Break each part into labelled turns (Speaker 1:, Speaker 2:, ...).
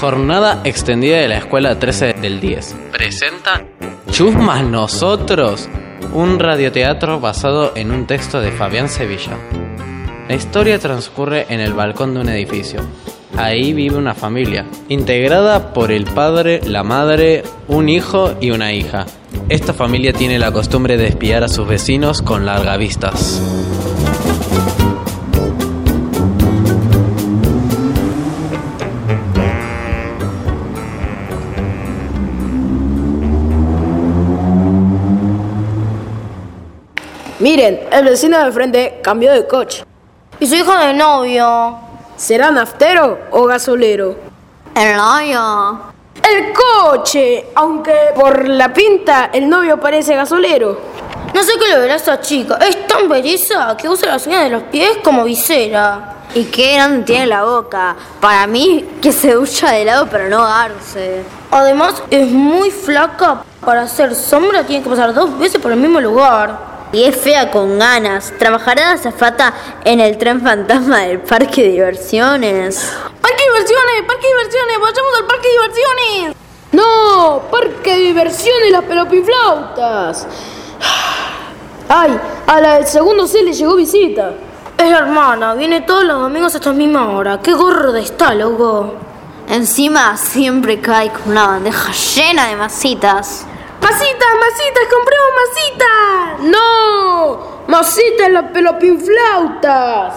Speaker 1: Jornada extendida de la escuela 13 del 10. Presenta Chusmas Nosotros, un radioteatro basado en un texto de Fabián Sevilla. La historia transcurre en el balcón de un edificio. Ahí vive una familia, integrada por el padre, la madre, un hijo y una hija. Esta familia tiene la costumbre de espiar a sus vecinos con largavistas.
Speaker 2: Miren, el vecino de frente cambió de coche.
Speaker 3: Y su hijo de novio.
Speaker 2: ¿Será naftero o gasolero?
Speaker 3: El novio.
Speaker 2: ¡El coche! Aunque por la pinta el novio parece gasolero.
Speaker 3: No sé qué le verá a esta chica. Es tan belleza que usa las uñas de los pies como visera.
Speaker 4: Y qué grande tiene la boca. Para mí, que se ducha de lado para no ahogarse.
Speaker 3: Además, es muy flaca. Para hacer sombra tiene que pasar dos veces por el mismo lugar.
Speaker 4: Y es fea con ganas. Trabajará de azafata en el tren fantasma del parque de diversiones.
Speaker 3: ¡Parque de diversiones! ¡Parque de diversiones! ¡Vayamos al parque de diversiones!
Speaker 2: ¡No! ¡Parque de diversiones las pelopiflautas! ¡Ay! A la del segundo C le llegó visita.
Speaker 3: Es la hermana. Viene todos los domingos a esta misma hora. ¡Qué gorro está, loco!
Speaker 4: Encima siempre cae con una bandeja llena de masitas.
Speaker 2: ¡Masitas, masitas! ¡Compremos masitas! ¡No! ¡Masitas en las pelopinflautas!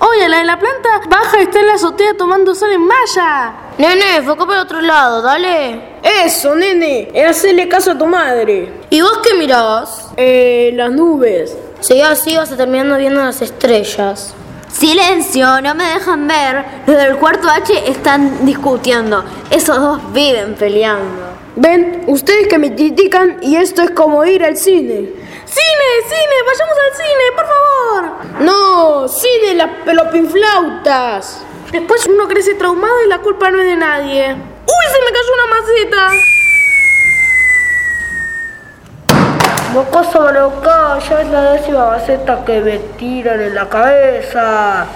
Speaker 5: Oye, la de la planta baja está en la azotea tomando sol en malla.
Speaker 3: Nene, foco para otro lado, dale.
Speaker 2: Eso, nene, es hacerle caso a tu madre.
Speaker 3: ¿Y vos qué mirabas?
Speaker 2: Eh, las nubes.
Speaker 3: Si así vas a terminando viendo las estrellas.
Speaker 4: Silencio, no me dejan ver. Los del cuarto H están discutiendo. Esos dos viven peleando.
Speaker 2: Ven, ustedes que me critican y esto es como ir al cine.
Speaker 5: ¡Cine, cine! ¡Vayamos al cine, por favor!
Speaker 2: ¡No! ¡Cine, las pelopinflautas!
Speaker 5: Después uno crece traumado y la culpa no es de nadie. ¡Uy, se me cayó una maceta!
Speaker 6: Boca sobre boca, ya es la décima maceta que me tiran en la cabeza.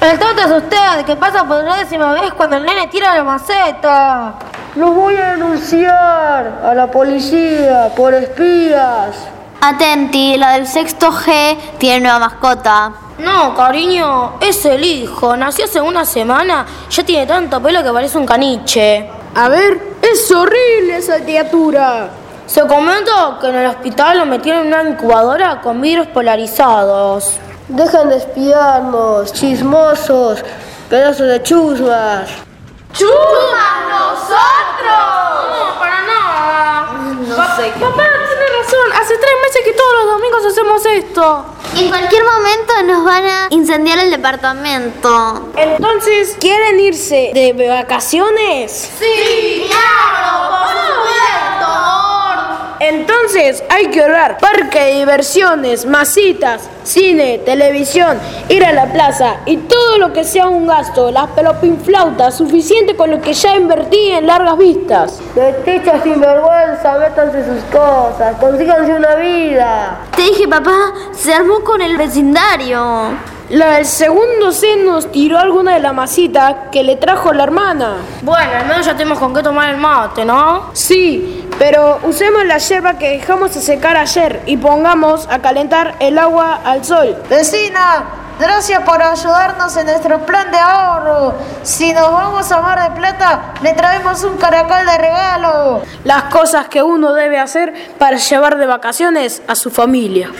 Speaker 3: El tonto es usted, que pasa por la décima vez cuando el nene tira la maceta.
Speaker 6: ¡Los voy a denunciar a la policía por espías!
Speaker 4: Atenti, la del sexto G tiene nueva mascota.
Speaker 3: No, cariño, es el hijo. Nació hace una semana, ya tiene tanto pelo que parece un caniche.
Speaker 2: A ver, es horrible esa criatura.
Speaker 3: Se comenta que en el hospital lo metieron en una incubadora con vidrios polarizados.
Speaker 6: Dejen de espiarnos, chismosos, pedazos de chusmas.
Speaker 5: ¡Chuma nosotros! No, para nada.
Speaker 4: No pa sé qué.
Speaker 5: Papá tiene razón. Hace tres meses que todos los domingos hacemos esto.
Speaker 4: En cualquier momento nos van a incendiar el departamento.
Speaker 2: Entonces, ¿quieren irse de vacaciones?
Speaker 5: ¡Sí, claro! ¡Por supuesto!
Speaker 2: Entonces hay que ahorrar parque de diversiones, masitas, cine, televisión, ir a la plaza y todo lo que sea un gasto, las pelopinflautas, suficiente con lo que ya invertí en largas vistas.
Speaker 6: Metichas sinvergüenza, métanse sus cosas, consíganse una vida.
Speaker 4: Te dije, papá, se armó con el vecindario.
Speaker 2: La del segundo C nos tiró alguna de la masita que le trajo la hermana.
Speaker 3: Bueno, al menos ya tenemos con qué tomar el mate, ¿no?
Speaker 2: Sí, pero usemos la yerba que dejamos a secar ayer y pongamos a calentar el agua al sol.
Speaker 7: Vecina, gracias por ayudarnos en nuestro plan de ahorro. Si nos vamos a Mar de Plata, le traemos un caracol de regalo.
Speaker 2: Las cosas que uno debe hacer para llevar de vacaciones a su familia.